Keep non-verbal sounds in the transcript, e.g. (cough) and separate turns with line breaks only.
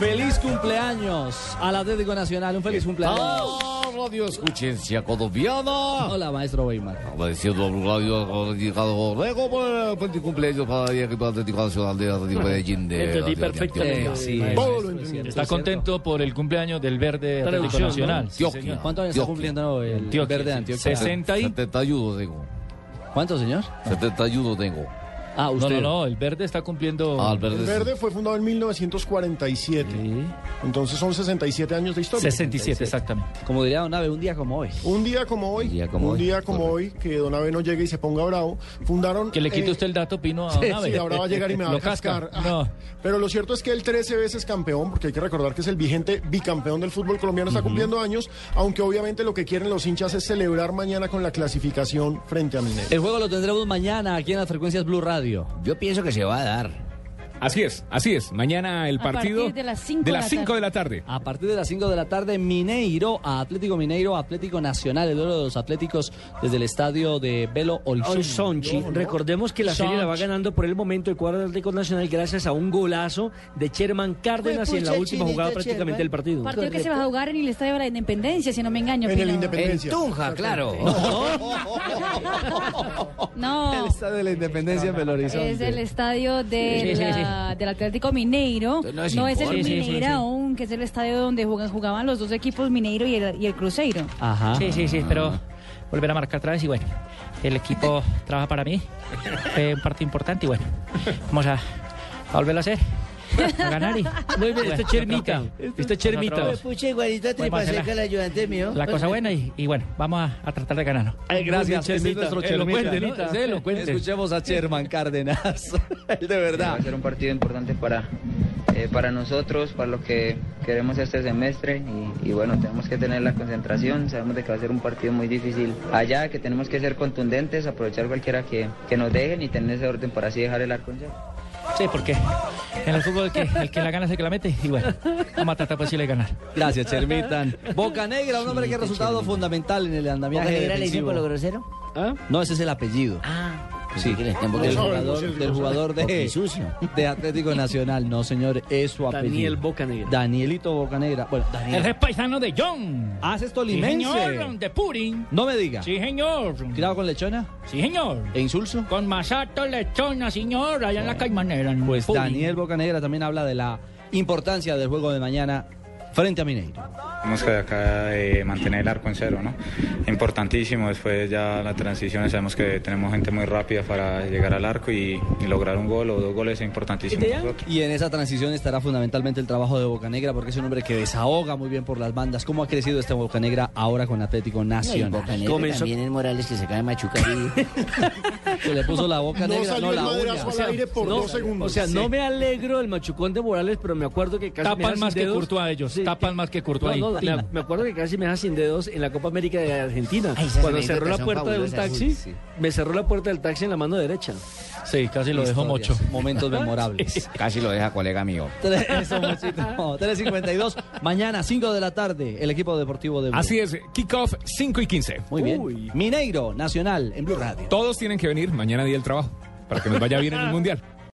Feliz cumpleaños al Atlético Nacional. Un feliz cumpleaños.
¡Oh! Radio Escuchencia Colombiana.
Hola, maestro Weimar.
Agradeciendo a Blue Radio Radicado Borrego por el feliz cumpleaños para el equipo Atlético Nacional de Atlético Medellín. De
Entendí perfectamente.
Sí,
Todo
es-
lo
es
entendí.
cierto,
Está
es cierto.
contento por el cumpleaños del verde Atlético Traducción, ¿no? Nacional. Sí,
Antioquia.
señor.
¿Cuántos años está cumpliendo el
Antioquia,
verde de
sí.
Antioquia?
60 y...
71 tengo.
¿Cuánto, señor?
71 tengo.
Ah,
No,
usted.
no, no, el verde está cumpliendo...
Ah, el verde.
El Verde fue fundado en 1947. Entonces son 67 años de historia.
67, exactamente.
Como diría Don Abe, un día como hoy.
Un día como hoy,
Un día como
un
hoy,
día como hoy, que Don Abe no llegue y se ponga bravo, fundaron...
Que le quite
eh,
usted el dato, Pino, a una
(laughs) Sí,
vez.
ahora va a llegar
(laughs)
y me va
Lo
a cascar.
casca.
Ah,
No.
Pero lo cierto es que el 13 veces campeón, porque hay que recordar que es el vigente bicampeón del fútbol colombiano, está cumpliendo años, aunque obviamente lo que quieren los hinchas es celebrar mañana con la clasificación frente a Mineros.
El juego lo tendremos mañana aquí en las frecuencias Blue Radio.
Yo pienso que se va a dar.
Así es, así es. Mañana el
A
partido
partir de las cinco
de
de
las
la
5 de la tarde.
A partir de las 5 de la tarde, Mineiro a Atlético Mineiro, Atlético Nacional, el duelo de los Atléticos desde el estadio de Belo Olsun.
Olsun.
Sonchi, recordemos que la serie la va ganando por el momento el cuadro Atlético Nacional gracias a un golazo de Sherman Cárdenas en la última jugada prácticamente del partido.
Partido que se va a jugar en el Estadio de la Independencia, si no me engaño.
En el
(laughs)
Pino.
Independencia.
Tunja, claro.
(laughs) No,
estadio de (laughs) la Independencia en Belo Horizonte.
es el estadio de
Sí, sí,
la- del Atlético Mineiro.
No es
No es el
importante.
Sí, sí, sí,
Mineirón, que es el estadio donde jugan- jugaban los dos equipos, Mineiro y el, y el Cruzeiro.
Ajá.
Sí, sí, sí, espero volver a marcar otra vez y bueno, el equipo trabaja para mí, fue un partido importante y bueno, vamos a, a volverlo a hacer, a ganar y...
Muy bien, este Chermita,
este Chermita.
Pucha, igualita
tripaseca el
ayudante mío.
La cosa buena y, y bueno, vamos a, a tratar de ganarlo.
Gracias, ese es nuestro
Elocuente,
Chermita.
¿no? Es elocuente.
Escuchemos a Sherman Cárdenas, (laughs) el de verdad.
ser un partido importante para, para nosotros, para lo que queremos este semestre y, bueno, tenemos que tener la concentración, sabemos de que va a ser un partido muy difícil allá, que tenemos que ser contundentes, Pues aprovechar cualquiera que, nos dejen y tener ese orden para así dejar el arco en
Sí, porque en el fútbol el que, el que la gana es el que la mete y bueno, vamos a tratar pues sí de ganar.
Gracias, Chermitan. Boca Negra, un hombre que ha resultado fundamental en el andamiaje defensivo. ¿Ah?
grosero?
No, ese es el apellido. Sí, del jugador, del jugador de, de Atlético Nacional. No, señor, es su apellido.
Daniel Bocanegra.
Danielito Bocanegra. Bueno,
Ese
Daniel.
es paisano de John.
Ah, ese es
Sí, señor,
tolimense.
de Purin.
No me diga.
Sí, señor.
Cuidado con lechona
Sí, señor.
e insulso.
Con Masato Lechona, señor, allá en la Caimanera. en
Pues
Purin.
Daniel Bocanegra también habla de la importancia del juego de mañana frente a Mineiro.
Tenemos que de acá eh, mantener el arco en cero, ¿no? Importantísimo, después ya la transición, sabemos que tenemos gente muy rápida para llegar al arco y, y lograr un gol o dos goles es importantísimo para nosotros.
Y en esa transición estará fundamentalmente el trabajo de Bocanegra, porque es un hombre que desahoga muy bien por las bandas. ¿Cómo ha crecido este Bocanegra ahora con Atlético Nacional?
Comenzó- también
en Morales que se cae Machucar (laughs)
Que le puso la boca
No
negra,
salió
no
el
la
maderazo
uña.
al aire por dos segundos.
O sea, no me alegro del machucón de Morales, pero me acuerdo que casi me
Tapan
deja
más
sin
que
dedos.
Courtois ellos,
Sí,
tapan
que-
más que
No,
Courtois.
no,
Argentina.
me, me acuerdo que casi me deja sin dedos en la Copa América de Argentina.
Ay, esas
Cuando
anécdotas
cerró la
son
puerta de un
fabulosas.
taxi,
Uy, sí.
me cerró la puerta del taxi en la mano derecha.
Sí, casi lo dejó mocho.
Momentos memorables.
Casi lo deja colega mío.
Tres- Eso, Mochito. 3.52, mañana 5 de la tarde, el equipo deportivo de Blue.
Así es, kickoff 5 y 15.
Muy bien.
Uy.
Mineiro, Nacional, en Blue Radio.
Todos tienen que venir mañana día del trabajo para que nos vaya bien en el mundial.